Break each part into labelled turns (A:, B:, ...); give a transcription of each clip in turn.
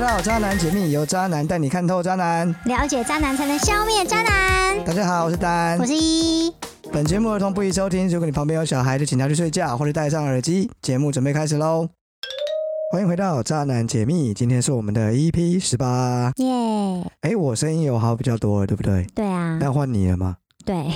A: 到《渣男解密》，由渣男带你看透渣男。
B: 了解渣男才能消灭渣男。
A: 大家好，我是丹
B: 我。是一，
A: 本节目儿童不宜收听，如果你旁边有小孩，就请他去睡觉或者戴上耳机。节目准备开始喽！欢迎回到《渣男解密》，今天是我们的 EP 十八。
B: 耶、
A: 哎，我声音有好比较多了，对不对？
B: 对啊，
A: 那换你了吗？
B: 对，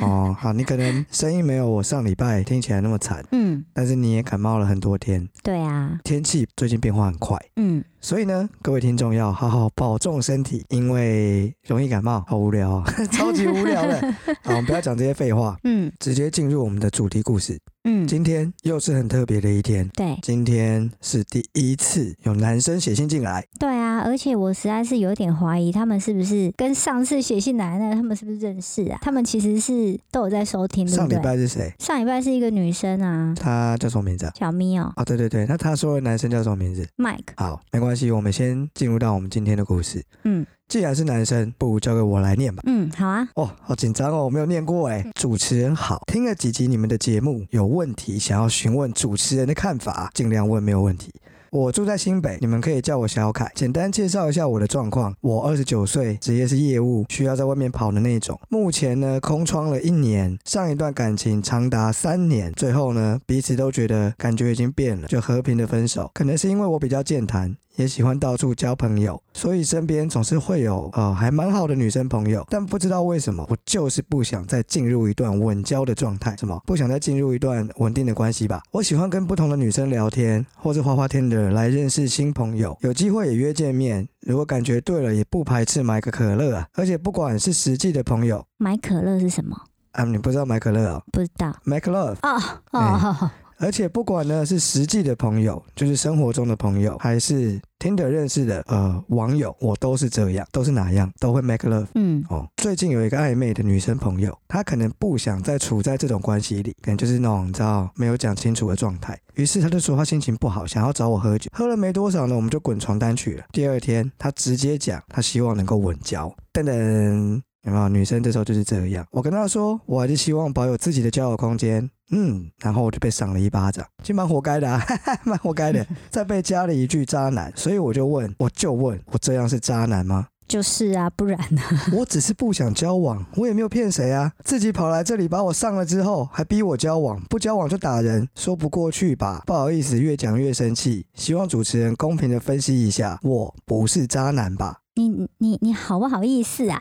A: 哦，好，你可能声音没有我上礼拜听起来那么惨，
B: 嗯，
A: 但是你也感冒了很多天，
B: 对啊，
A: 天气最近变化很快。
B: 嗯，
A: 所以呢，各位听众要好好保重身体，因为容易感冒，好无聊、哦， 超级无聊的。好，我们不要讲这些废话，
B: 嗯，
A: 直接进入我们的主题故事。
B: 嗯，
A: 今天又是很特别的一天，
B: 对，
A: 今天是第一次有男生写信进来，
B: 对啊，而且我实在是有点怀疑他们是不是跟上次写信来的那个他们是不是认识啊？他们其实是都有在收听，对
A: 上
B: 不
A: 礼
B: 对？
A: 拜是谁？
B: 上礼拜是一个女生啊，
A: 他叫什么名字啊？
B: 小咪哦
A: 哦，对对对，那他说的男生叫什么名字？
B: ，Mike，
A: 好，没关系，我们先进入到我们今天的故事。
B: 嗯
A: 既然是男生，不如交给我来念吧。
B: 嗯，好啊，
A: 哦，好紧张哦，我没有念过哎。主持人好，听了几集你们的节目，有问题想要询问主持人的看法，尽量问没有问题。我住在新北，你们可以叫我小凯。简单介绍一下我的状况，我二十九岁，职业是业务，需要在外面跑的那种。目前呢，空窗了一年，上一段感情长达三年，最后呢，彼此都觉得感觉已经变了，就和平的分手。可能是因为我比较健谈，也喜欢到处交朋友，所以身边总是会有呃还蛮好的女生朋友，但不知道为什么，我就是不想再进入一段稳交的状态，什么不想再进入一段稳定的关系吧。我喜欢跟不同的女生聊天，或是花花天的来认识新朋友，有机会也约见面。如果感觉对了，也不排斥买个可乐啊。而且不管是实际的朋友，
B: 买可乐是什么？
A: 啊，你不知道买可乐哦
B: 不知道
A: ，make love。
B: 哦哦，
A: 而且不管呢是实际的朋友，就是生活中的朋友，还是 Tinder 认识的呃网友，我都是这样，都是哪样，都会 make love。
B: 嗯
A: 哦，最近有一个暧昧的女生朋友，她可能不想再处在这种关系里，可能就是那种你知道没有讲清楚的状态。于是她就说她心情不好，想要找我喝酒。喝了没多少呢，我们就滚床单去了。第二天，她直接讲她希望能够稳交。等等，有没有？女生这时候就是这样。我跟她说，我还是希望保有自己的交友空间。嗯，然后我就被赏了一巴掌，其实蛮活该的、啊， 哈哈，蛮活该的。再被加了一句渣男，所以我就问，我就问，我这样是渣男吗？
B: 就是啊，不然呢？
A: 我只是不想交往，我也没有骗谁啊。自己跑来这里把我上了之后，还逼我交往，不交往就打人，说不过去吧？不好意思，越讲越生气。希望主持人公平的分析一下，我不是渣男吧？
B: 你你你好不好意思啊？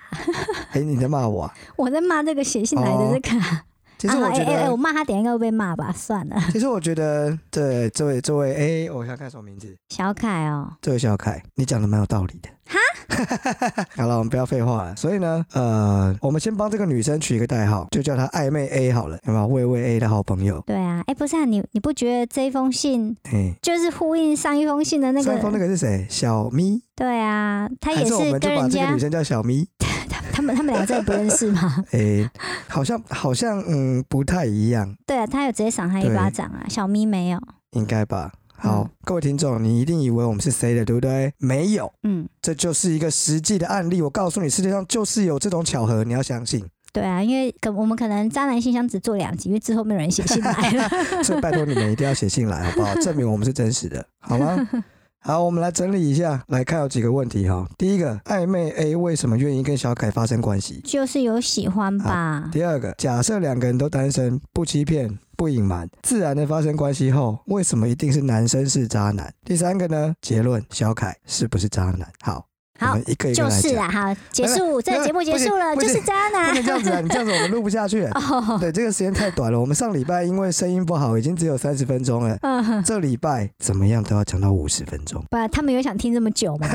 A: 哎、你在骂我啊？
B: 我在骂这个写信来的这个啊，
A: 哦其实我
B: 哎
A: 觉
B: 哎哎，我
A: 得，
B: 骂他等一下会被骂吧，算了。
A: 其实我觉得，这这位这位，哎、我想看什么名字？
B: 小凯哦，
A: 这位小凯，你讲的蛮有道理的。哈， 好了，我们不要废话了。所以呢，呃，我们先帮这个女生取一个代号，就叫她暧昧 A 好了，有没有？魏魏 A 的好朋友，
B: 对啊，哎，不是啊，你你不觉得这一封信
A: 哎、
B: 就是呼应上一封信的那
A: 上
B: 个？
A: 一封那个是谁？小咪，
B: 对啊，他也
A: 还是我们就
B: 跟
A: 把
B: 人
A: 这个
B: 家
A: 女生叫小 咪？
B: 他他们他们俩真的不认识吗？
A: 诶、好像好像嗯不太一样，
B: 对啊，他有直接赏他一巴掌啊，小咪没有，
A: 应该吧？好，
B: 嗯
A: 各位听众，你一定以为我们是谁的，对不对？没有，
B: 嗯，
A: 这就是一个实际的案例。我告诉你，世界上就是有这种巧合，你要相 信。
B: 对啊，因为可我们可能渣男信箱只做两集，因为之后没有人写信来了。
A: 所以拜托你们一定要写信来，好不好？证明我们是真实 的，好吗？好，我们来整理一下，来看有几个问题哈。第一个，暧昧 A 为什么愿意跟小凯发生关系？
B: 就是有喜欢吧，
A: 第二个，假设两个人都单身，不欺骗，不隐瞒，自然的发生关系后，为什么一定是男生是渣男？第三个呢？结论：小凯是不是渣男？好，我
B: 好
A: 们，一个一个
B: 就
A: 来
B: 是
A: 讲。
B: 啊，好，结束，这个节目结束了，
A: 不
B: 就
A: 行
B: 是渣
A: 不
B: 男。
A: 能这样子啊！你这样子我们录不下去。啊
B: 哦，
A: 对，这个时间太短了。我们上礼拜因为声音不好，已经只有三十分钟了。
B: 嗯，
A: 这礼拜怎么样都要讲到五十分 钟，
B: 不然他们有想听这么久吗？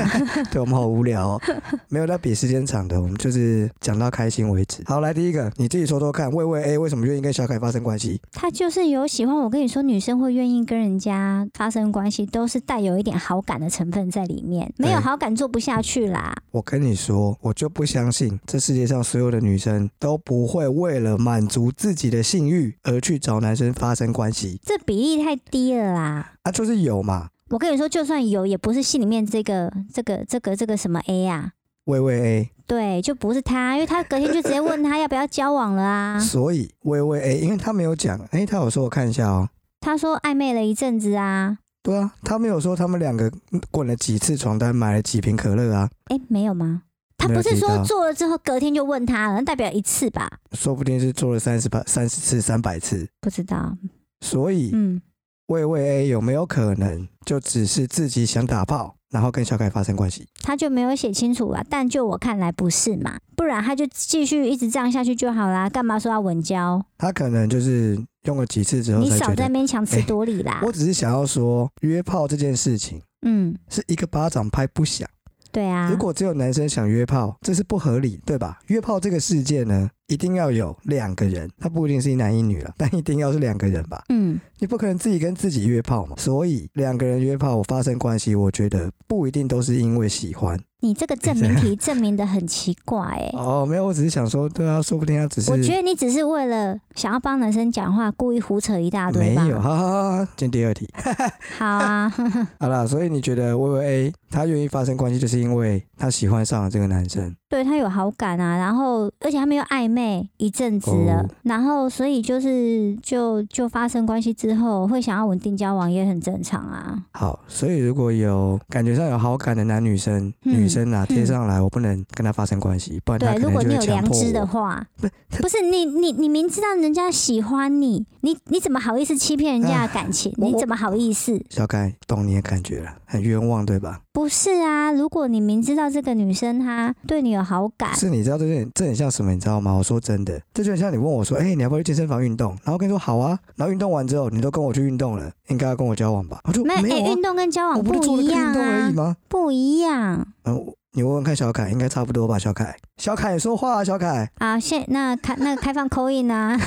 A: 对我们好无聊哦。没有在比时间长的，我们就是讲到开心为止。好，来第一个，你自己说说看，魏魏 A 为什么愿意跟小凯发生关系？
B: 他就是有喜欢我，跟你说，女生会愿意跟人家发生关系，都是带有一点好感的成分在里面，没有
A: 对
B: 好感做不下去啦。
A: 我跟你说，我就不相信这世界上所有的女生都不会为了满足自己的性欲而去找男生发生关系
B: 这比例太低了啦。
A: 啊，就是有嘛，
B: 我跟你说，就算有，也不是戏里面这个、这个、这个、这个什么 A 啊，
A: 微微 A，、
B: 对，就不是他，因为他隔天就直接问他要不要交往了啊。
A: 所以微微 A，因为他没有讲，诶，他有说我看一下哦，
B: 他说暧昧了一阵子啊，
A: 对啊，他没有说他们两个滚了几次床单，买了几瓶可乐啊，
B: 哎，没有吗？他
A: 没有
B: 不是
A: 提
B: 说
A: 到
B: 做了之后隔天就问他了，那代表一次吧？
A: 说不定是做了三十百、三十次、三百次。
B: 不知道，
A: 所以
B: 嗯，
A: 魏魏 A 有没有可能就只是自己想打炮，然后跟小凯发生关系？
B: 他就没有写清楚啊。但就我看来不是嘛，不然他就继续一直这样下去就好啦，干嘛说要稳交？
A: 他可能就是用了几次之后
B: 你
A: 才
B: 少
A: 觉
B: 在那
A: 得。哎
B: 边强词夺理啦。
A: 我只是想要说，约炮这件事情
B: 嗯，
A: 是一个巴掌拍不响。
B: 对啊
A: 如，果只有男生想约炮，这是不合理，对吧？约炮这个世界呢，一定要有两个人，他不一定是一男一女了，但一定要是两个人吧？
B: 嗯，
A: 你不可能自己跟自己约炮嘛。所以两个人约炮发生关系，我觉得不一定都是因为喜欢。
B: 你这个证明 题证明的很奇怪哎、
A: 哦，没有，我只是想说，对啊，说不定他只是
B: 我觉得你只是为了想要帮男生讲话，故意胡扯一大
A: 没
B: 堆吧？
A: 有，好好好，好进第二题。
B: 好啊，
A: 好啦，所以你觉得薇薇 A 她愿意发生关系，就是因为她喜欢上了这个男生？
B: 对他有好感啊，然后而且他们又暧昧一阵子了，
A: 哦
B: 然后所以就是就就发生关系之后会想要稳定交往也很正常啊。
A: 好，所以如果有感觉上有好感的男女生，
B: 嗯
A: 女生啊
B: 嗯
A: 贴上来，我不能跟他发生关系，不然他
B: 对，
A: 可
B: 如
A: 能
B: 果
A: 就
B: 你
A: 会
B: 有
A: 强
B: 良
A: 迫
B: 知的
A: 我。
B: 话，
A: 不
B: 不是你你你明知道人家喜欢你，你你怎么好意思欺骗人家的感情？
A: 我
B: 你怎么好意思？
A: 小凯懂你的感觉了，很冤枉对吧？
B: 不是啊，如果你明知道这个女生她对你有好感，
A: 是，你知道这件这很像什么，你知道吗？我说真的，这就很像你问我说，哎、你要不要去健身房运动？然后跟你说好啊，然后运动完之后，你都跟我去运动了，应该要跟我交往吧？我就
B: 没
A: 没有
B: 哎
A: 啊
B: 运，动跟交
A: 我
B: 往
A: 不是做了
B: 一
A: 个
B: 样
A: 运动而
B: 啊
A: 已，吗？
B: 不一样
A: 嗯，你问问看小凯，应该差不多吧？小凯，小凯说话啊，小凯。
B: 啊。现那开那开放扣印 啊，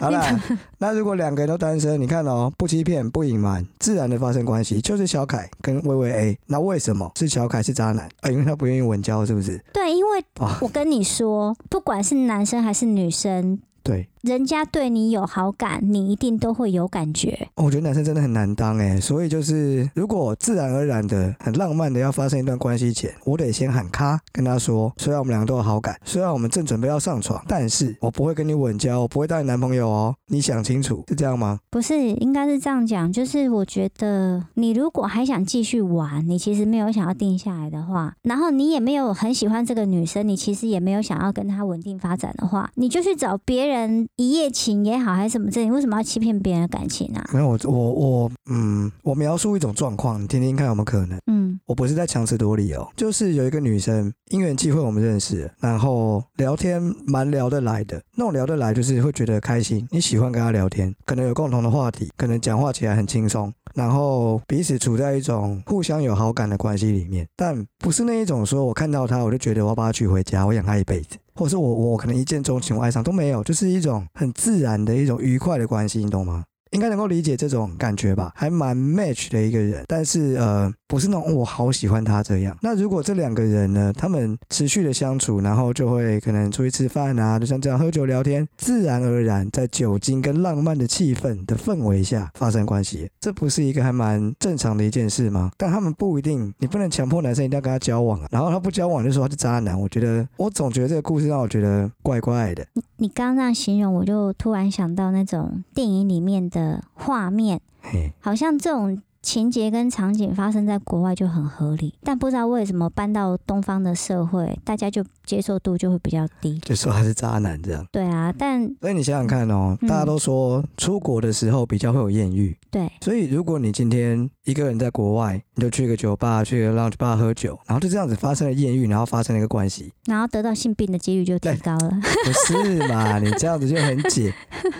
A: 好啦， 那如果两个人都单身，你看哦，不欺骗，不隐瞒，自然的发生关系，就是小凯跟薇薇 A。那为什么是小凯是渣男？啊，因为他不愿意稳交，是不是？
B: 对，因为
A: 啊
B: 我跟你说，不管是男生还是女生，
A: 对，
B: 人家对你有好感，你一定都会有感觉。
A: 哦我觉得男生真的很难当哎，所以就是如果自然而然的、很浪漫的要发生一段关系前，我得先喊咔，跟他说，虽然我们两个都有好感，虽然我们正准备要上床，但是我不会跟你稳交，我不会当你男朋友哦，你想清楚，是这样吗？
B: 不是，应该是这样讲，就是我觉得你如果还想继续玩，你其实没有想要定下来的话，然后你也没有很喜欢这个女生，你其实也没有想要跟她稳定发展的话，你就去找别人一夜情也好，还是什么这，你为什么要欺骗别人的感情啊？
A: 没有，我我我，嗯，我描述一种状况，你听听看有没有可能。
B: 嗯，
A: 我不是在强词夺理哦，就是有一个女生，因缘际会我们认识了，然后聊天蛮聊得来的，那种聊得来就是会觉得开心，你喜欢跟她聊天，可能有共同的话题，可能讲话起来很轻松，然后彼此处在一种互相有好感的关系里面，但不是那一种说我看到她我就觉得我要把她娶回家，我养她一辈子。或是我我可能一见钟情，我爱上都没有，就是一种很自然的一种愉快的关系，你懂吗？应该能够理解这种感觉吧，还蛮 match 的一个人，但是呃，不是那种、哦我好喜欢他这样。那如果这两个人呢，他们持续的相处，然后就会可能出去吃饭啊，就像这样喝酒聊天，自然而然在酒精跟浪漫的气氛的氛围下发生关系，这不是一个还蛮正常的一件事吗？但他们不一定，你不能强迫男生一定要跟他交往啊，然后他不交往就说他是渣男。我觉得，我总觉得这个故事让我觉得怪怪的。
B: 你刚刚那样形容，我就突然想到那种电影里面的画面，
A: 嘿，
B: 好像这种情节跟场景发生在国外就很合理，但不知道为什么搬到东方的社会，大家就接受度就会比较低。
A: 就说他是渣男这样。
B: 对啊，但
A: 所以你想想看哦，
B: 嗯
A: 大家都说出国的时候比较会有艳遇，
B: 对
A: 所以如果你今天一个人在国外，你就去一个酒吧、去一个 lounge bar 喝酒，然后就这样子发生了艳遇，然后发生了一个关系，
B: 然后得到性病的几率就提高了。
A: 不是嘛？你这样子就很解，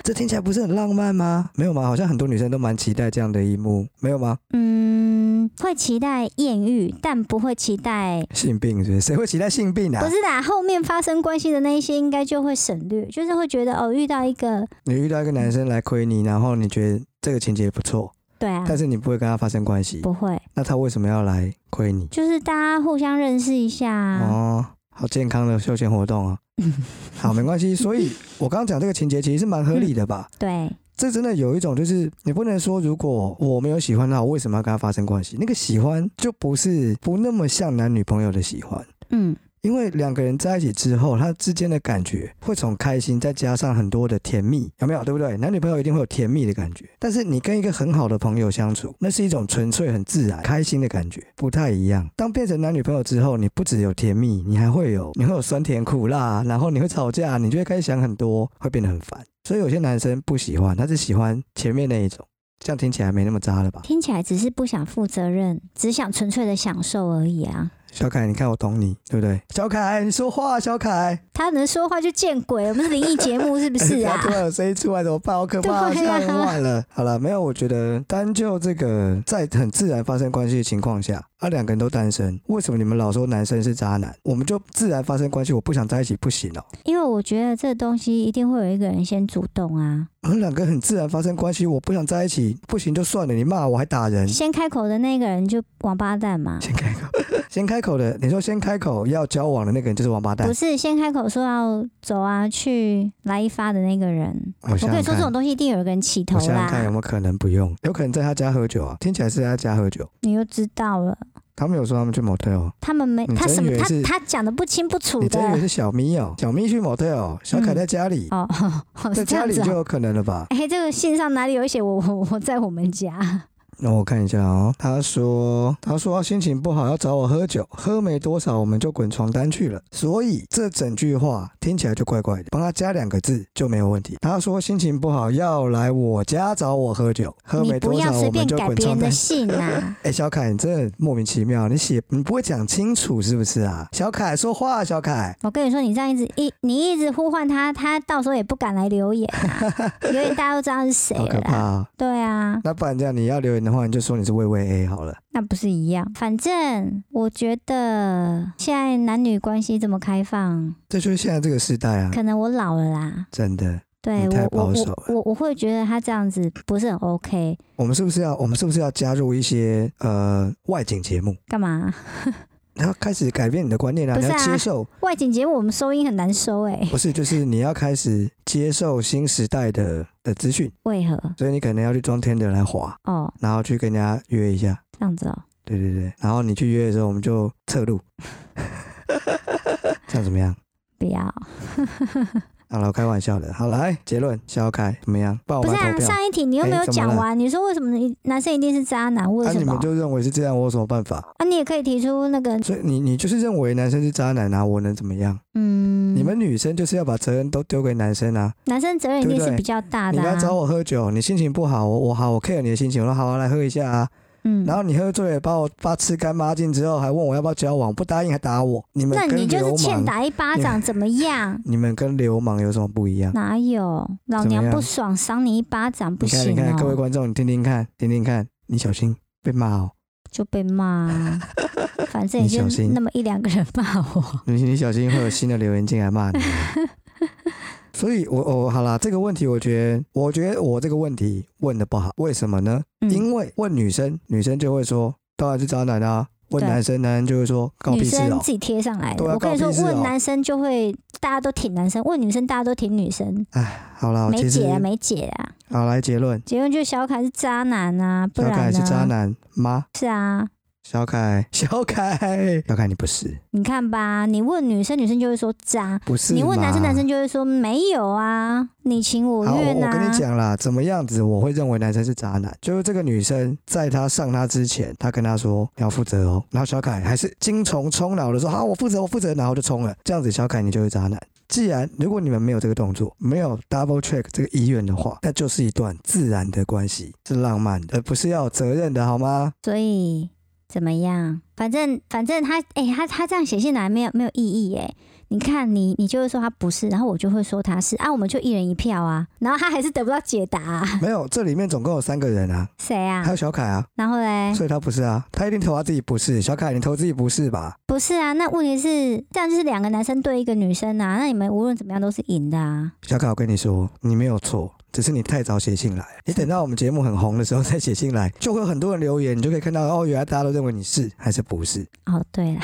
A: 这听起来不是很浪漫吗？没有吗？好像很多女生都蛮期待这样的一幕，没有吗？
B: 嗯，会期待艳遇，但不会期待。
A: 性病是不是？谁会期待性病
B: 不
A: 啊？
B: 是啦，后面发生关系的那一些应该就会省略，就是会觉得哦，遇到一个
A: 你遇到一个男生来亏你，然后你觉得这个情节不错，
B: 对啊，
A: 但是你不会跟他发生关系，
B: 不会，
A: 那他为什么要来亏你？
B: 就是大家互相认识一下啊。
A: 哦，好健康的休闲活动啊。好，没关系。所以我刚刚讲这个情节其实是蛮合理的吧？
B: 对，
A: 这真的有一种就是你不能说，如果我没有喜欢他，我为什么要跟他发生关系？那个喜欢就不是不那么像男女朋友的喜欢。
B: 嗯，
A: 因为两个人在一起之后，他之间的感觉会从开心再加上很多的甜蜜，有没有？对不对？男女朋友一定会有甜蜜的感觉，但是你跟一个很好的朋友相处，那是一种纯粹、很自然、开心的感觉，不太一样。当变成男女朋友之后，你不只有甜蜜，你还会有，你会有酸甜苦辣，然后你会吵架，你就会开始想很多，会变得很烦。所以有些男生不喜欢，他是喜欢前面那一种，这样听起来没那么渣了吧？
B: 听起来只是不想负责任，只想纯粹的享受而已啊。
A: 小凯，你看我懂你，对不对？小凯，你说话，小凯。
B: 他能说话就见鬼，我们是灵异节目 是不 是啊
A: 突？然有声音出来怎么办？好可怕，
B: 对
A: 吓
B: 啊
A: 人坏了。好了，没有，我觉得单就这个在很自然发生关系的情况下，啊，两个人都单身，为什么你们老说男生是渣男？我们就自然发生关系，我不想在一起不行哦。
B: 因为我觉得这东西一定会有一个人先主动啊，
A: 我们两个很自然发生关系，我不想在一起不行就算了，你骂我还打人。
B: 先开口的那个人就王八蛋嘛。
A: 先开口， 先开口的，你说先开口要交往的那个人就是王八蛋
B: 不。是先开口说要走啊，去来一发的那个人，
A: 我
B: 我
A: 想想
B: 跟你说，这种
A: 看，
B: 东西一定有一个人起头
A: 我想想看有
B: 啦，
A: 没有可能不用，有可能在他家喝酒啊，听起来是在他家喝酒。
B: 你就知道了。
A: 他们有说他们去 motel 啊
B: 他们没
A: 你
B: 他
A: 真
B: 什么
A: 以为
B: 他
A: 是
B: 他讲的不清不楚
A: 你真以为
B: 的啊
A: 是小咪哦、小咪去 motel，小凯在家里，
B: 哦， 哦
A: 在
B: 是这
A: 家
B: 样
A: 里
B: 子
A: 就
B: 哦。
A: 有可能了吧？
B: 哎，这个信上哪里有写我 我我在我们家？
A: 那我看一下哦、他说，他说他心情不好要找我喝酒，喝没多少我们就滚床单去了。所以这整句话听起来就怪怪的，帮他加两个字就没有问题。他说心情不好要来我家找我喝酒，喝
B: 你
A: 没
B: 不
A: 多
B: 要
A: 少
B: 随
A: 我
B: 便
A: 们就
B: 改
A: 滚
B: 别
A: 床
B: 人的
A: 单。
B: 信啊
A: 。
B: 呐
A: 哎、小凯，你真的莫名其妙，你写你不会讲清楚是不是啊？小凯说话啊，小凯，
B: 我跟你说，你这样一直一你一直呼唤他，他到时候也不敢来留言 啊，留言大家都知道是谁
A: 好可
B: 了
A: 怕、
B: 啦。
A: 啊。
B: 对啊，
A: 那不然这样，你要留言的话，你就说你是薇薇 A 好了。
B: 那不是一样？反正我觉得现在男女关系这么开放，
A: 这就是现在这个时代啊，
B: 可能我老了啦。
A: 真的。
B: 对
A: 你太
B: 我我
A: 保守了
B: 我我我会觉得他这样子不是很 OK，
A: 我们是不是要我们是不是要加入一些呃外景节目，
B: 干嘛？
A: 然后开始改变你的观念啊？
B: 不
A: 你
B: 是啊
A: 要接受，
B: 外景节目我们收音很难收哎、
A: 不是就是你要开始接受新时代的的资讯，
B: 为何？
A: 所以你可能要去装天的来滑，
B: 哦，
A: 然后去跟人家约一下。
B: 这样子哦，
A: 对对对，然后你去约的时候，我们就侧录， 这样怎么样？
B: 不要，
A: 好了，我开玩笑的。好，来结论，小凯怎么样？不然我
B: 不
A: 们
B: 是
A: 来投
B: 啊，
A: 票。
B: 上一题你又
A: 哎
B: 没有
A: 怎么
B: 讲
A: 了
B: 完，你说为什么你男生一定是渣男？为
A: 啊，
B: 什
A: 你
B: 么？
A: 们就认为是这样，我有什么办法？
B: 啊你也可以提出那个，
A: 所以你你就是认为男生是渣男啊，我能怎么样？
B: 嗯，
A: 你们女生就是要把责任都丢给男生啊！
B: 男生责任一定
A: 对不
B: 是
A: 对
B: 比较大
A: 你
B: 的、啊
A: 来找我喝酒，你心情不好，我我好我 care 你的心情，我说好啊，来喝一下啊。
B: 嗯，
A: 然后你喝醉了，把我把吃干抹净之后，还问我要不要交往，不答应还打我，你们
B: 那
A: 跟
B: 你就
A: 流
B: 是欠
A: 氓，
B: 打一 巴掌，怎么样？
A: 你们跟流氓有什么不一样？
B: 哪有？老
A: 怎么
B: 娘
A: 样
B: 不爽，赏你一巴掌不
A: 你看
B: 行
A: 你看，各位
B: 哦，
A: 观众，你听听看，听听看，你小心被骂哦，
B: 就被骂 啊。反正也
A: 你
B: 就
A: 小心
B: 那么一两个人骂我，
A: 你你小心会有新的留言进来 骂你哦。所以我，我好啦，这个问题，我觉得，我觉得我这个问题问的不好，为什么呢？
B: 嗯，
A: 因为问女生，女生就会说当然是渣男啊；问
B: 对
A: 男生，男生就会说告
B: 女
A: 屁事
B: 生
A: 哦、
B: 自己贴上来的。
A: 对啊
B: 我跟你说
A: 告屁，事哦
B: 问男生就会大家都挺男生，问女生大家都挺女生，
A: 哎，好啦，
B: 没
A: 其实
B: 解啊，没解啊。
A: 好来结论，
B: 结论就是小凯是渣男啊，不
A: 小
B: 然
A: 凯
B: 呢？
A: 是渣男吗？
B: 是啊，
A: 小凯，小凯，小凯，你不是，
B: 你看吧，你问女生，女生就会说渣。
A: 不是嘛？
B: 你问男生，男生就会说没有啊，你情我
A: 好，我
B: 愿
A: 我跟你
B: 啊。
A: 讲啦，怎么样子我会认为男生是渣男，就是这个女生在他上他之前，他跟他说你要负责哦，然后小凯还是精虫充脑的说好我负责我负责，然后就冲了，这样子小凯你就是渣男。既然如果你们没有这个动作，没有 double check 这个意愿的话，那就是一段自然的关系，是浪漫的，而不是要有责任的好吗？
B: 所以怎么样？反正反正他哎、他他这样写信来没有没有意义哎、你看你你就会说他不是，然后我就会说他是啊，我们就一人一票啊，然后他还是得不到解答、啊，
A: 没有，这里面总共有三个人啊，
B: 谁啊嗯
A: 还？有小凯啊，
B: 然后嘞，
A: 所以他不是啊，他一定投他自己不是。小凯，你投自己不是吧？
B: 不是啊，那问题是这样就是两个男生对一个女生啊，那你们无论怎么样都是赢的啊。
A: 小凯，我跟你说，你没有错，只是你太早写信来了。你等到我们节目很红的时候再写信来，就会有很多人留言，你就可以看到哦，原来大家都认为你是还是不是。
B: 哦，对了，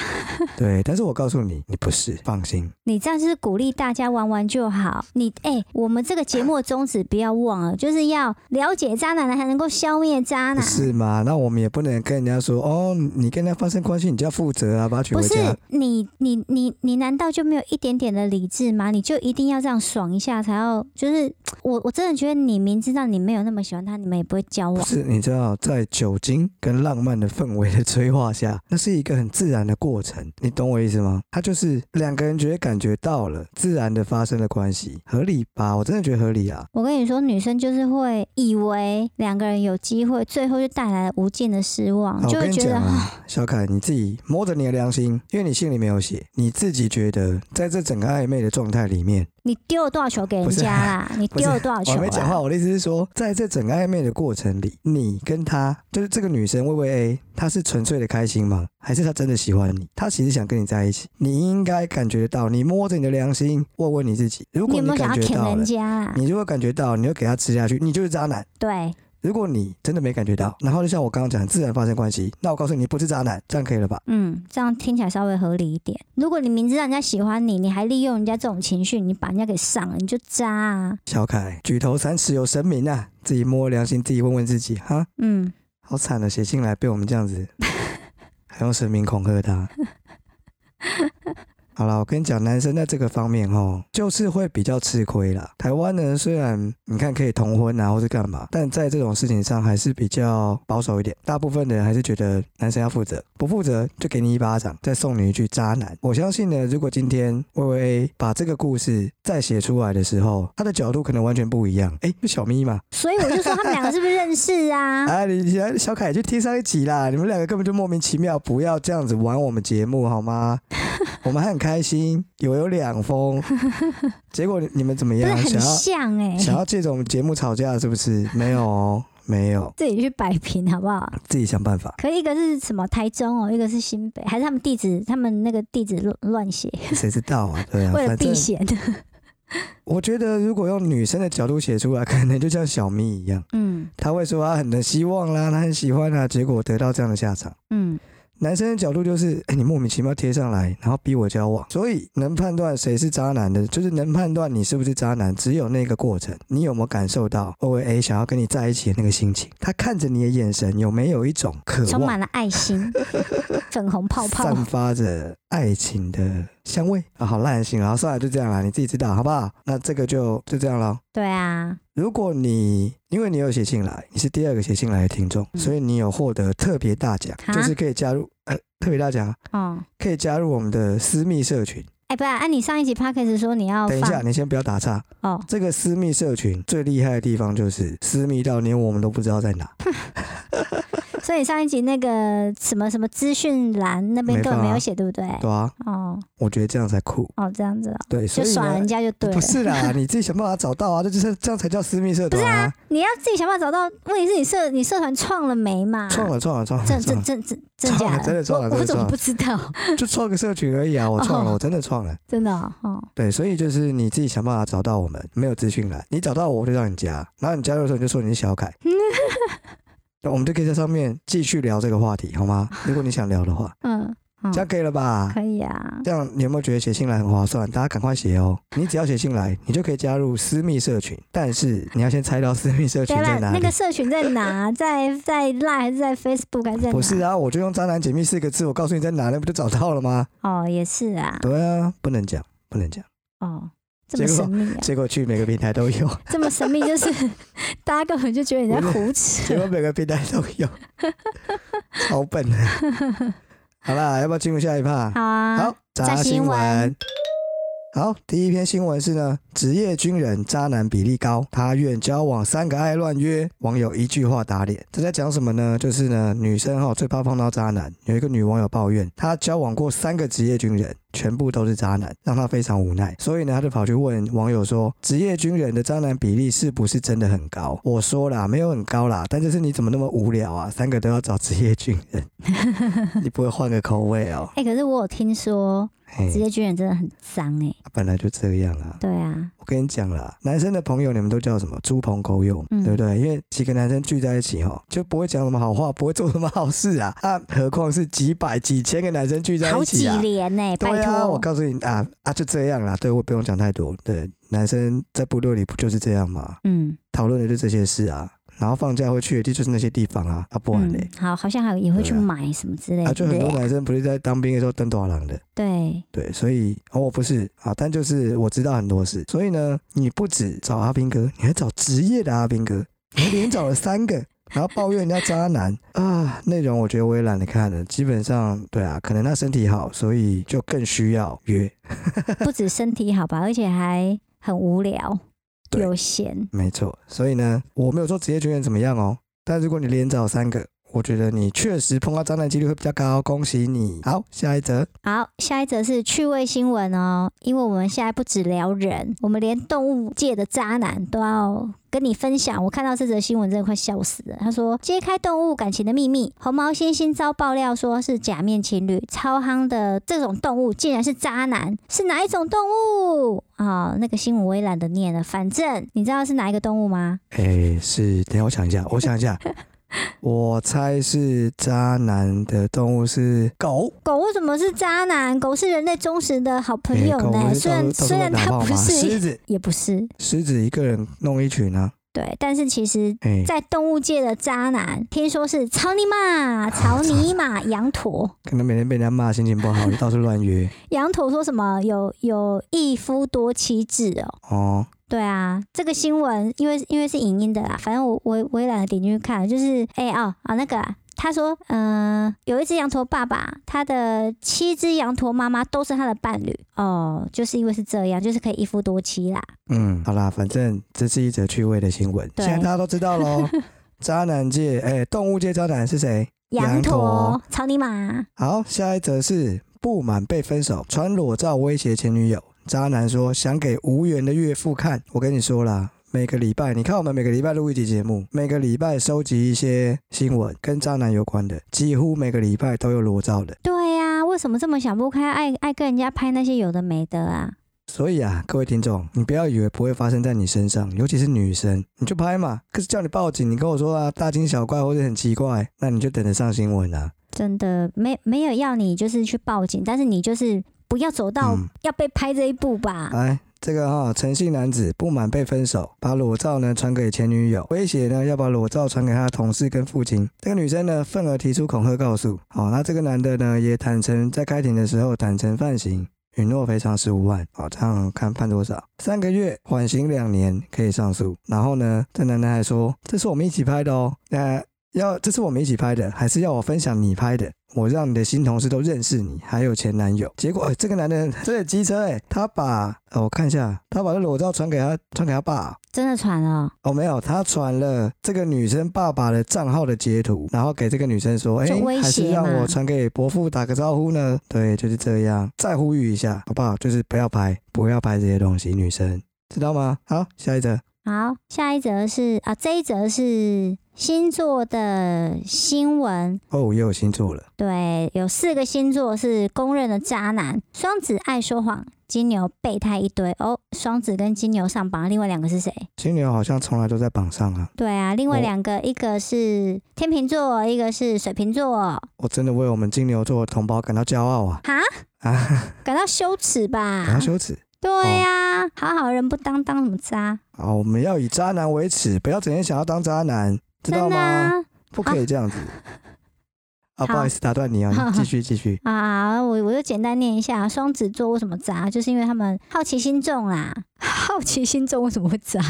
A: 对，但是我告诉你，你不是，放心。
B: 你这样就是鼓励大家玩玩就好。你哎、我们这个节目的宗旨不要忘了，就是要了解渣男才能够消灭渣
A: 不
B: 男。
A: 是嘛？那我们也不能跟人家说哦，你跟人家发生关系，你就要负责啊，把他娶回
B: 不
A: 家
B: 是。你你你你难道就没有一点点的理智吗？你就一定要这样爽一下才要？就是我我真的觉得你明知道你没有那么喜欢他，你们也不会交
A: 不
B: 往。
A: 是，你知道，在酒精跟浪漫的氛围的催化下，那是一个很自然的过程，你懂我意思吗？它就是两个人觉得感觉到了，自然的发生了关系，合理吧？我真的觉得合理啊。
B: 我跟你说，女生就是会以为两个人有机会，最后就带来了无尽的失望，
A: 好，
B: 就
A: 我跟
B: 会
A: 你
B: 觉得
A: 讲
B: 啊
A: 啊，小凯，你自己摸着你的良心，因为你心里没有写，你自己觉得在这整个暧昧的状态里面，
B: 你丢了多少球给人
A: 不是
B: 家啦？你
A: 不是
B: 丢了多少
A: 我
B: 球、
A: 还
B: 啊？
A: 没讲话，我的意思是说，在这整个暧昧的过程里，你跟他就是这个女生薇薇 A，她是纯粹的开心吗？还是她真的喜欢你？她其实想跟你在一起，你应该感觉得到，你摸着你的良心问问你自己，如
B: 你
A: 果
B: 有没有想
A: 感
B: 要
A: 觉
B: 舔
A: 到
B: 人
A: 了，
B: 家啊？
A: 你如果感觉到，你就给他吃下去，你就是渣男。
B: 对，
A: 如果你真的没感觉到，然后就像我刚刚讲，自然发生关系，那我告诉你，你不是渣男，这样可以了吧？
B: 嗯，这样听起来稍微合理一点。如果你明知道人家喜欢你，你还利用人家这种情绪，你把人家给上了，你就渣啊。
A: 小凯，举头三尺有神明啊，自己摸良心，自己问问自己哈。
B: 嗯，
A: 好惨哦的，写信来被我们这样子，还用神明恐吓他。好啦，我跟你讲，男生在这个方面哦，就是会比较吃亏啦。台湾呢，虽然你看可以同婚啊，或是干嘛，但在这种事情上还是比较保守一点。大部分的人还是觉得男生要负责，不负责就给你一巴掌，再送你一句渣男。我相信呢，如果今天薇薇 A 把这个故事再写出来的时候，她的角度可能完全不一样。诶，就小咪嘛，
B: 所以我就说他们两个是不是认识啊？
A: 哎，你你小凯去听上一集啦，你们两个根本就莫名其妙，不要这样子玩我们节目好 吗？我们还很开心，有有两封，结果你们怎么
B: 不是
A: 样？
B: 很
A: 想要
B: 像哎、
A: 想要借着我们节目吵架是不是？没有哦，没有，
B: 自己去摆平好不好？
A: 自己想办 法。
B: 可一个是什么台中哦，一个是新北，还是他们地址，他们那个地址乱乱写，
A: 谁知道啊？对啊，
B: 为了
A: 反
B: 避
A: 正
B: 嫌。
A: 我觉得如果用女生的角度写出来，可能就像小咪一样，
B: 嗯
A: 她会说她很很希望啦，她很喜欢啊，结果得到这样的下场。
B: 嗯，
A: 男生的角度就是， 哎、你莫名其妙贴上来，然后逼我交往，所以能判断谁是渣男的，就是能判断你是不是渣男，只有那个过程，你有没有感受到 O A A 想要跟你在一起的那个心情？他看着你的眼神有没有一种渴
B: 充
A: 望
B: 满，了爱心，粉红泡 泡。
A: 散发着爱情的香味啊？好烂心啊，好算了，就这样啦，你自己知道好不好？那这个就就这样了。
B: 对啊，
A: 如果你因为你有写信来，你是第二个写信来的听众，
B: 嗯
A: 所以你有获得特别大奖，
B: 啊
A: 就是可以加入呃特别大奖啊。
B: 哦、
A: 可以加入我们的私密社群。
B: 哎、不然、啊，你上一集 p o d c a s 说你要
A: 等一下，
B: 哦放
A: 你先不要打岔。
B: 哦，
A: 这个私密社群最厉害的地方就是私密到连我们都不知道在哪，
B: 所以上一集那个什么什么资讯栏那边
A: 没
B: 根本
A: 放
B: 没有
A: 啊
B: 写，对不对？
A: 对啊，
B: 哦
A: 我觉得这样才酷。
B: 哦，这样子哦，
A: 对，
B: 就
A: 所以
B: 耍
A: 呢
B: 人，家就对了
A: 不。是啦，你自己想办法找到啊，这就是这样才叫私密社团啊。
B: 你要自己想办法找到，问题是你社你社团创了没嘛？
A: 创了创了创了
B: 真
A: 创
B: 真
A: 了，
B: 真真真
A: 创
B: 假
A: 了真的创了
B: 我
A: 真
B: 我
A: 的
B: 怎么
A: 创了
B: 不知道？
A: 就创个社群而已啊，我创了，
B: 哦
A: 我真的创了。
B: 真的哦，哦
A: 对，所以就是你自己想办法找到我们，没有资讯栏，你找到我我就让你加，然后你加入的时候你就说你是小 凯，那我们就可以在上面继续聊这个话题，好吗？如果你想聊的话，
B: 嗯，嗯
A: 这样可以了吧？
B: 可以啊。
A: 这样你有没有觉得写信来很划算？大家赶快写哦！你只要写信来，你就可以加入私密社群，但是你要先猜到私密社群
B: 对
A: 在
B: 啦，
A: 哪
B: 那
A: 里。
B: 个社群在 哪？在在 Line 还是在 Facebook 还是在哪？
A: 不是啊，我就用“渣男解密”四个字，我告诉你在哪，那不就找到了吗？
B: 哦，也是啊，
A: 对啊，不能讲，不能讲。
B: 哦，这么
A: 结果
B: 神秘啊，
A: 结果去每个平台都 有，
B: 这么神秘，就是大家根本就觉得你在胡扯
A: 结。果每个平台都有，超笨 的。好啦，要不要进入下一趴？
B: 好啊，
A: 好，
B: 炸
A: 渣
B: 新
A: 新闻
B: 闻。
A: 好，第一篇新闻是呢，职业军人渣男比例高，他愿交往三个爱乱约，网友一句话打脸。这在讲什么呢？就是呢，女生哈、最怕碰到渣男。有一个女网友抱怨，她交往过三个职业军人，全部都是渣男，让她非常无奈。所以呢，她就跑去问网友说，职业军人的渣男比例是不是真的很高？我说啦，没有很高啦，但就是你怎么那么无聊啊？三个都要找职业军人， 你不会换个口味哦？
B: 哎、可是我有听说
A: 嘿
B: 职业军人真的很脏哎、
A: 啊本来就这样啊。
B: 对啊，
A: 我跟你讲啦，男生的朋友你们都叫什么？猪朋狗友，
B: 嗯
A: 对不对？因为几个男生聚在一起哦，就不会讲什么好话，不会做什么好事啊。啊，何况是几百、几千个男生聚在
B: 好
A: 一起
B: 几
A: 啊。
B: 连呢、拜
A: 对
B: 托、
A: 啊，我告诉你啊啊，就这样啦。对我不用讲太多。对，男生在部队里不就是这样吗？
B: 嗯，
A: 讨论的就这些事啊。然后放假会去的地就是那些地方啊，啊不然嘞
B: 嗯，，好，好像还有也会去
A: 对啊
B: 买什么之类
A: 啊
B: 的，
A: 就
B: 对
A: 很
B: 不
A: 多
B: 嗯对
A: 男生不是在当兵的时候登多郎的，
B: 对，
A: 对，所以哦我不是啊，但就是我知道很多事，所以呢，你不止找阿兵哥，你还找职业的阿兵哥，你还连找了三个。然后抱怨人家渣男啊，内容我觉得我也懒得看了。基本上，对啊，可能他身体好，所以就更需要约。
B: 不止身体好吧，而且还很无聊，
A: 对
B: 有闲。
A: 没错，所以呢，我没有说职业军人怎么样哦，但如果你连找三个，我觉得你确实碰到渣男几率会比较高，恭喜你。好，下一则，
B: 好，下一则是趣味新闻哦，因为我们现在不只聊人，我们连动物界的渣男都要跟你分享。我看到这则新闻真的快笑死了。他说揭开动物感情的秘密，红毛猩猩遭爆料说是假面情侣，超夯的这种动物竟然是渣男，是哪一种动物啊、那个新闻我也懒得念了，反正你知道是哪一个动物吗？
A: 哎，是，等一下我想一下， 我想一下，我猜是渣男的动物是狗，
B: 狗为什么是渣男？狗是人类忠实的好朋
A: 哎
B: 友
A: 狗
B: 呢。
A: 不是
B: 虽
A: 到
B: 然
A: 处
B: 虽然
A: 到处乱打
B: 它
A: 炮
B: 不
A: 吗狮
B: 是，
A: 子，
B: 也不是
A: 狮子一个人弄一群啊，
B: 对，但是其实，
A: 哎，
B: 在动物界的渣男，听说是草泥马、 草泥马、羊驼。
A: 可能每天被人家骂，心情不 好，就到处乱约
B: 羊驼说什么有有一夫多妻制哦？
A: 哦。
B: 对啊，这个新闻因为因为是影音的啦，反正我我我也懒得点进去看，就是哎、哦啊那个啊他说，嗯、有一只羊驼爸爸，他的七只羊驼妈妈都是他的伴侣哦，就是因为是这样，就是可以一夫多妻啦。
A: 嗯，好啦，反正这是一则趣味的新闻，
B: 对
A: 现在大家都知道 喽。渣男界，哎、动物界渣男是谁？
B: 羊
A: 羊
B: 驼
A: 驼、
B: 草泥马，
A: 好，下一则是不满被分手，传裸照威胁前女友。渣男说想给无缘的岳父看。我跟你说啦，每个礼拜，你看我们每个礼拜录一集节目，每个礼拜收集一些新闻跟渣男有关的，几乎每个礼拜都有裸照的。
B: 对呀、为什么这么想不开，爱爱跟人家拍那些有的没的啊？
A: 所以啊，各位听众，你不要以为不会发生在你身上，尤其是女生，你就拍嘛。可是叫你报警，你跟我说啊，大惊小怪或者很奇怪，那你就等着上新闻啊。
B: 真的没没有要你就是去报警，但是你就是不要走到
A: 嗯啊
B: 要被拍这一步吧。
A: 来，这个哈、诚信男子不满被分手，把裸照呢传给前女友，威胁呢要把裸照传给他的同事跟父亲。这个女生呢愤而提出恐吓告诉。好、那这个男的呢也坦诚在开庭的时候坦诚犯行。允诺赔偿十五万，好，这样看判多少？三个月，缓刑两年，可以上诉。然后呢，这男的还说，这是我们一起拍的哦，那、要这是我们一起拍的，还是要我分享你拍的？我让你的新同事都认识你，还有前男友。结果、哎这个男的这个机车哎、他把、呃我看一下，他把这裸照传给他，传给他爸。
B: 真的传了，
A: 哦，没有，他传了这个女生爸爸的账号的截图，然后给这个女生说，哎、
B: 就威胁
A: 还是让
B: 嘛
A: 我传给伯父打个招呼呢。对，就是这样。再呼吁一下，好不好？就是不要拍，不要拍这些东西，女生知道吗？好，下一则。
B: 好，下一则是啊，这一则是啊星座的新闻。
A: 哦，又有星座了。
B: 对，有四个星座是公认的渣男，双子爱说谎，金牛备胎一堆哦。双子跟金牛上榜，另外两个是谁？
A: 金牛好像从来都在榜上啊！
B: 对啊，另外
A: 我
B: 两个，一个是天秤座，一个是水瓶座。
A: 我真的为我们金牛座的同胞感到骄傲啊！
B: 哈，
A: 啊，
B: 感到羞耻吧？
A: 感到羞耻。
B: 对呀、好好人不当，当什么渣？
A: 啊，我们要以渣男为耻，不要整天想要当渣男，知道
B: 真的
A: 吗？
B: 啊
A: 不可以这样子。啊，
B: 好
A: 不好意思，打断你啊，你继续继续。
B: 啊！我我就简单念一下，双子座为什么渣，就是因为他们好奇心重啦。 好奇心重为什么会渣？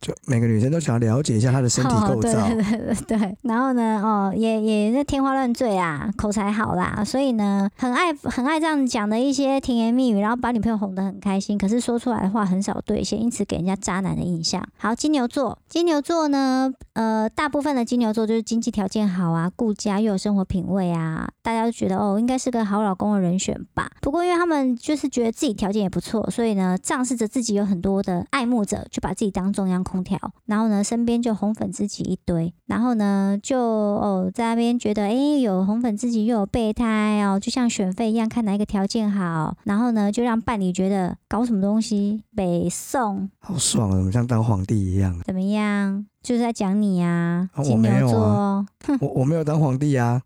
A: 就每个女生都想要了解一下她的身体
B: 哦
A: 构
B: 对
A: 造，
B: 对对对对。然后呢，哦，也也是天花乱坠啊，口才好啦，所以呢，很爱很爱这样讲的一些甜言蜜语，然后把女朋友哄得很开心，可是说出来的话很少兑现，因此给人家渣男的印象。好，金牛座，金牛座呢，呃，大部分的金牛座就是经济条件好啊，顾家又有生活品味啊，大家都觉得哦，应该是个好老公的人选吧。不过因为他们就是觉得自己条件也不错，所以呢，仗势着自己有很多的爱慕者，就把自己当中央空调，然后呢，身边就红粉知己一堆，然后呢，就哦在那边觉得诶，有红粉知己又有备胎哦，就像选妃一样，看哪一个条件好，然后呢，就让伴侣觉得搞什么东西北宋
A: 好爽啊，怎么像当皇帝一 样？
B: 怎么样？就是在讲你啊，
A: 啊我
B: 金
A: 没
B: 牛
A: 有
B: 座。
A: 啊我我没有当皇帝 啊，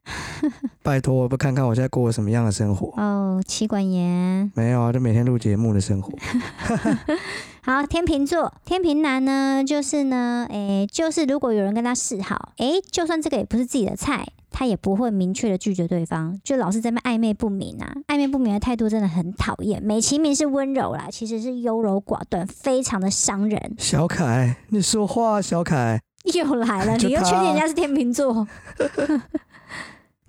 A: 拜托，我不看看我现在过了什么样的生活？
B: 哦哦，妻管严。
A: 没有啊，就每天录节目的生活。
B: 好，天秤座，天秤男呢，就是呢，诶，就是如果有人跟他示好，诶，就算这个也不是自己的菜，他也不会明确的拒绝对方，就老是在那边暧昧不明啊，暧昧不明的态度真的很讨厌。美其名是温柔啦，其实是优柔寡断，非常的伤人。
A: 小凯，你说话，小凯，
B: 又来了，
A: 就
B: 你又确定
A: 他
B: 人家是天秤座？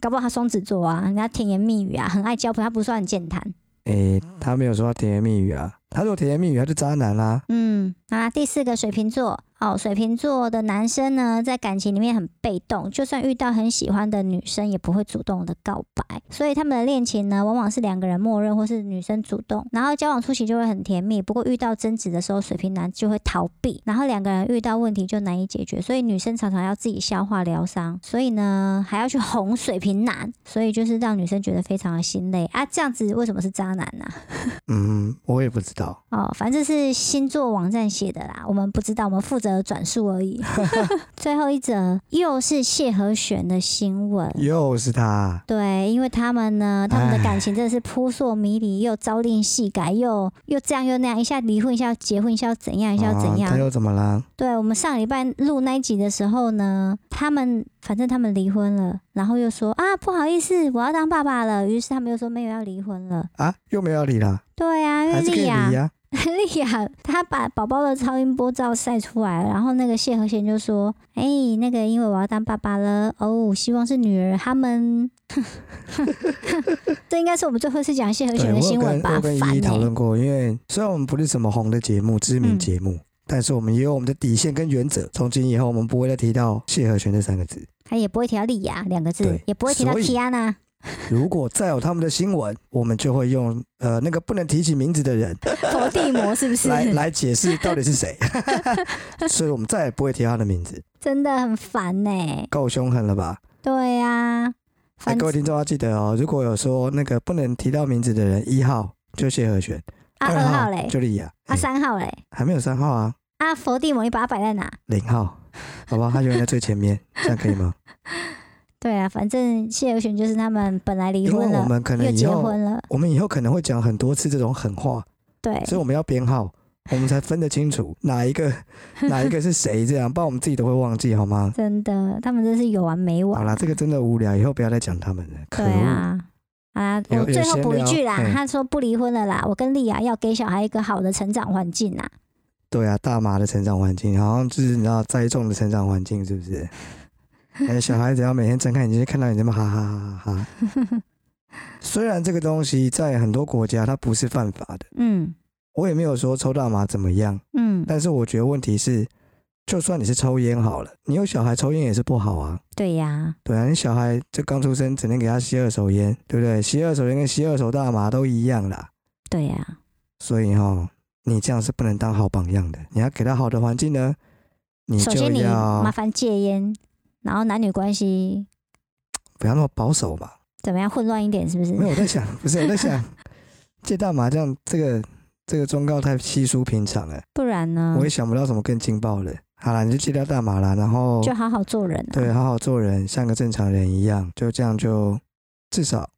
B: 搞不好他双子座啊，人家甜言蜜语啊，很爱交朋友，他不是说很健谈。
A: 诶、他没有说甜言蜜语啊，他说甜言蜜语，他就渣男啦、
B: 嗯，啊，第四个水瓶座哦，水瓶座的男生呢，在感情里面很被动，就算遇到很喜欢的女生，也不会主动的告白，所以他们的恋情呢，往往是两个人默认或是女生主动，然后交往初期就会很甜蜜，不过遇到争执的时候，水瓶男就会逃避，然后两个人遇到问题就难以解决，所以女生常常要自己消化疗伤，所以呢，还要去哄水瓶男，所以就是让女生觉得非常的心累啊，这样子为什么是渣男啊呢、
A: 嗯，我也不知道。
B: 哦，反正是星座网站写的啦，我们不知道，我们负责转述而已。 最后一则又是谢和弦的新闻。
A: 又是他，
B: 对，因为他们呢，他们的
A: 唉
B: 感情真的是扑朔迷离，又朝令夕改，又又这样又那样，一下离婚，一下结婚，一下怎样，一下
A: 啊
B: 怎样。
A: 他又怎么了？
B: 对我们上礼拜录那一集的时候呢，他们反正他们离婚了，然后又说啊不好意思，我要当爸爸了，于是他们又说没有要离婚了。
A: 啊，又没有理啦，
B: 对啊，因为
A: 还是可以
B: 丽亚、
A: 理啊。
B: 莉亚她把宝宝的超音波照晒出来，然后那个谢和弦就说：“哎、那个因为我要当爸爸了，哦，希望是女儿。”他们， 这应该是我们最后一次讲谢和
A: 对，
B: 弦的
A: 我
B: 新
A: 有
B: 闻
A: 跟我
B: 吧？
A: 有跟
B: 烦欸呢、
A: 依依讨论过，因为虽然我们不是什么红的节目、知名
B: 嗯
A: 节目，但是我们也有我们的底线跟原则。从今以后，我们不会再提到谢和弦这三个字。
B: 他也不会提到莉亚两个字
A: 对，
B: 也不会提到
A: 所以
B: Tiana。
A: 如果再有他们的新闻，我们就会用呃那个不能提起名字的人
B: 佛地魔是不 是？
A: 来来解释到底是谁， 所以我们再也不会提他的名字。
B: 真的很烦呢、
A: 够凶狠了吧？
B: 对呀、啊，
A: 哎，
B: 反
A: 各位听众要记得哦，如果有说那个不能提到名字的人，一号就谢和弦，
B: 啊
A: 二
B: 二号嘞，
A: 就莉亚，
B: 啊
A: 哎
B: 三号嘞，
A: 还没有三号啊，
B: 啊佛地魔，你把它摆在哪？
A: 零号，好吧，他永远在最前面，这样可以吗？
B: 对啊，反正谢和弦就是他们本来 离
A: 因为
B: 婚
A: 我
B: 了，
A: 们可
B: 又
A: 能以
B: 结
A: 后，
B: 婚了，
A: 我们以后可能会讲很多次这种狠话，
B: 对。
A: 所以我们要编号，我们才分得清楚哪一 个哪一个是谁，这样，不然我们自己都会忘记，好吗？
B: 真的，他们真是有完没完。
A: 好啦，这个真的无聊，以后不要再讲他们了，可
B: 对
A: 恶。
B: 啊，啊，
A: 有
B: 我最
A: 有
B: 后
A: 闲
B: 补一
A: 聊
B: 句啦
A: 嘿，
B: 他说不离婚了啦，我跟丽亚要给小孩一个好的成长环境啊。
A: 对啊，大麻的成长环境，好像就是你知道栽种的成长环境，是不是？哎，小孩子要每天睁开眼睛看到你这么哈哈哈哈哈。虽然这个东西在很多国家它不是犯法的，
B: 嗯
A: 我也没有说抽大麻怎么样，
B: 嗯，
A: 但是我觉得问题是，就算你是抽烟好了，你有小孩抽烟也是不好啊。
B: 对呀、
A: 对啊，你小孩这刚出生，整天给他吸二手烟，对不对？吸二手烟跟吸二手大麻都一样啦。
B: 对呀、
A: 所以哈、你这样是不能当好榜样的。你要给他好的环境呢，你
B: 首
A: 就
B: 先你麻
A: 要
B: 烦戒烟，然后男女关系
A: 不要那么保守嘛。
B: 怎么样混乱一点，是不是？
A: 没有，我在想，不是我在 想，戒大麻这样这个这个忠告太稀疏平常了，
B: 不然呢
A: 我，也想不到什么更劲爆的。好啦，你就戒掉大麻啦，然后
B: 就好好做人、啊。
A: 对，好好做人，像个正常人一样，就这样就至少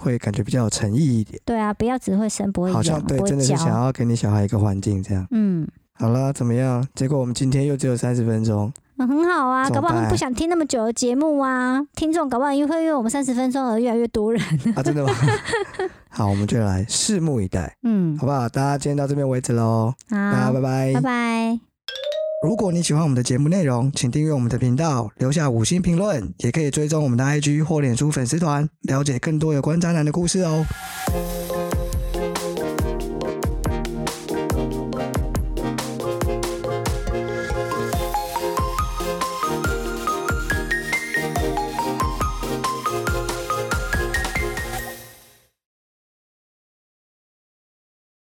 A: 会感觉比较有诚意一点，
B: 对啊，不要只会生不会
A: 好
B: 养，
A: 像对
B: 不，会
A: 真的是
B: 教。
A: 想要给你小孩一个环境这样。
B: 嗯，
A: 好啦，怎么样？结果我们今天又只有三十分钟，
B: 嗯很好啊，
A: 怎么
B: 搞不好他们
A: 办
B: 不想听那么久的节目啊，听众搞不好因为会因为我们三十分钟而越来越多人。
A: 啊，真的吗？好，我们就来拭目以待，
B: 嗯，
A: 好不好？大家今天到这边为止喽，大家
B: 好，
A: 拜拜
B: 拜。拜。
A: 如果你喜欢我们的节目内容，请订阅我们的频道，留下五星评论，也可以追踪我们的 IG 或脸书粉丝团，了解更多有关渣男的故事哦。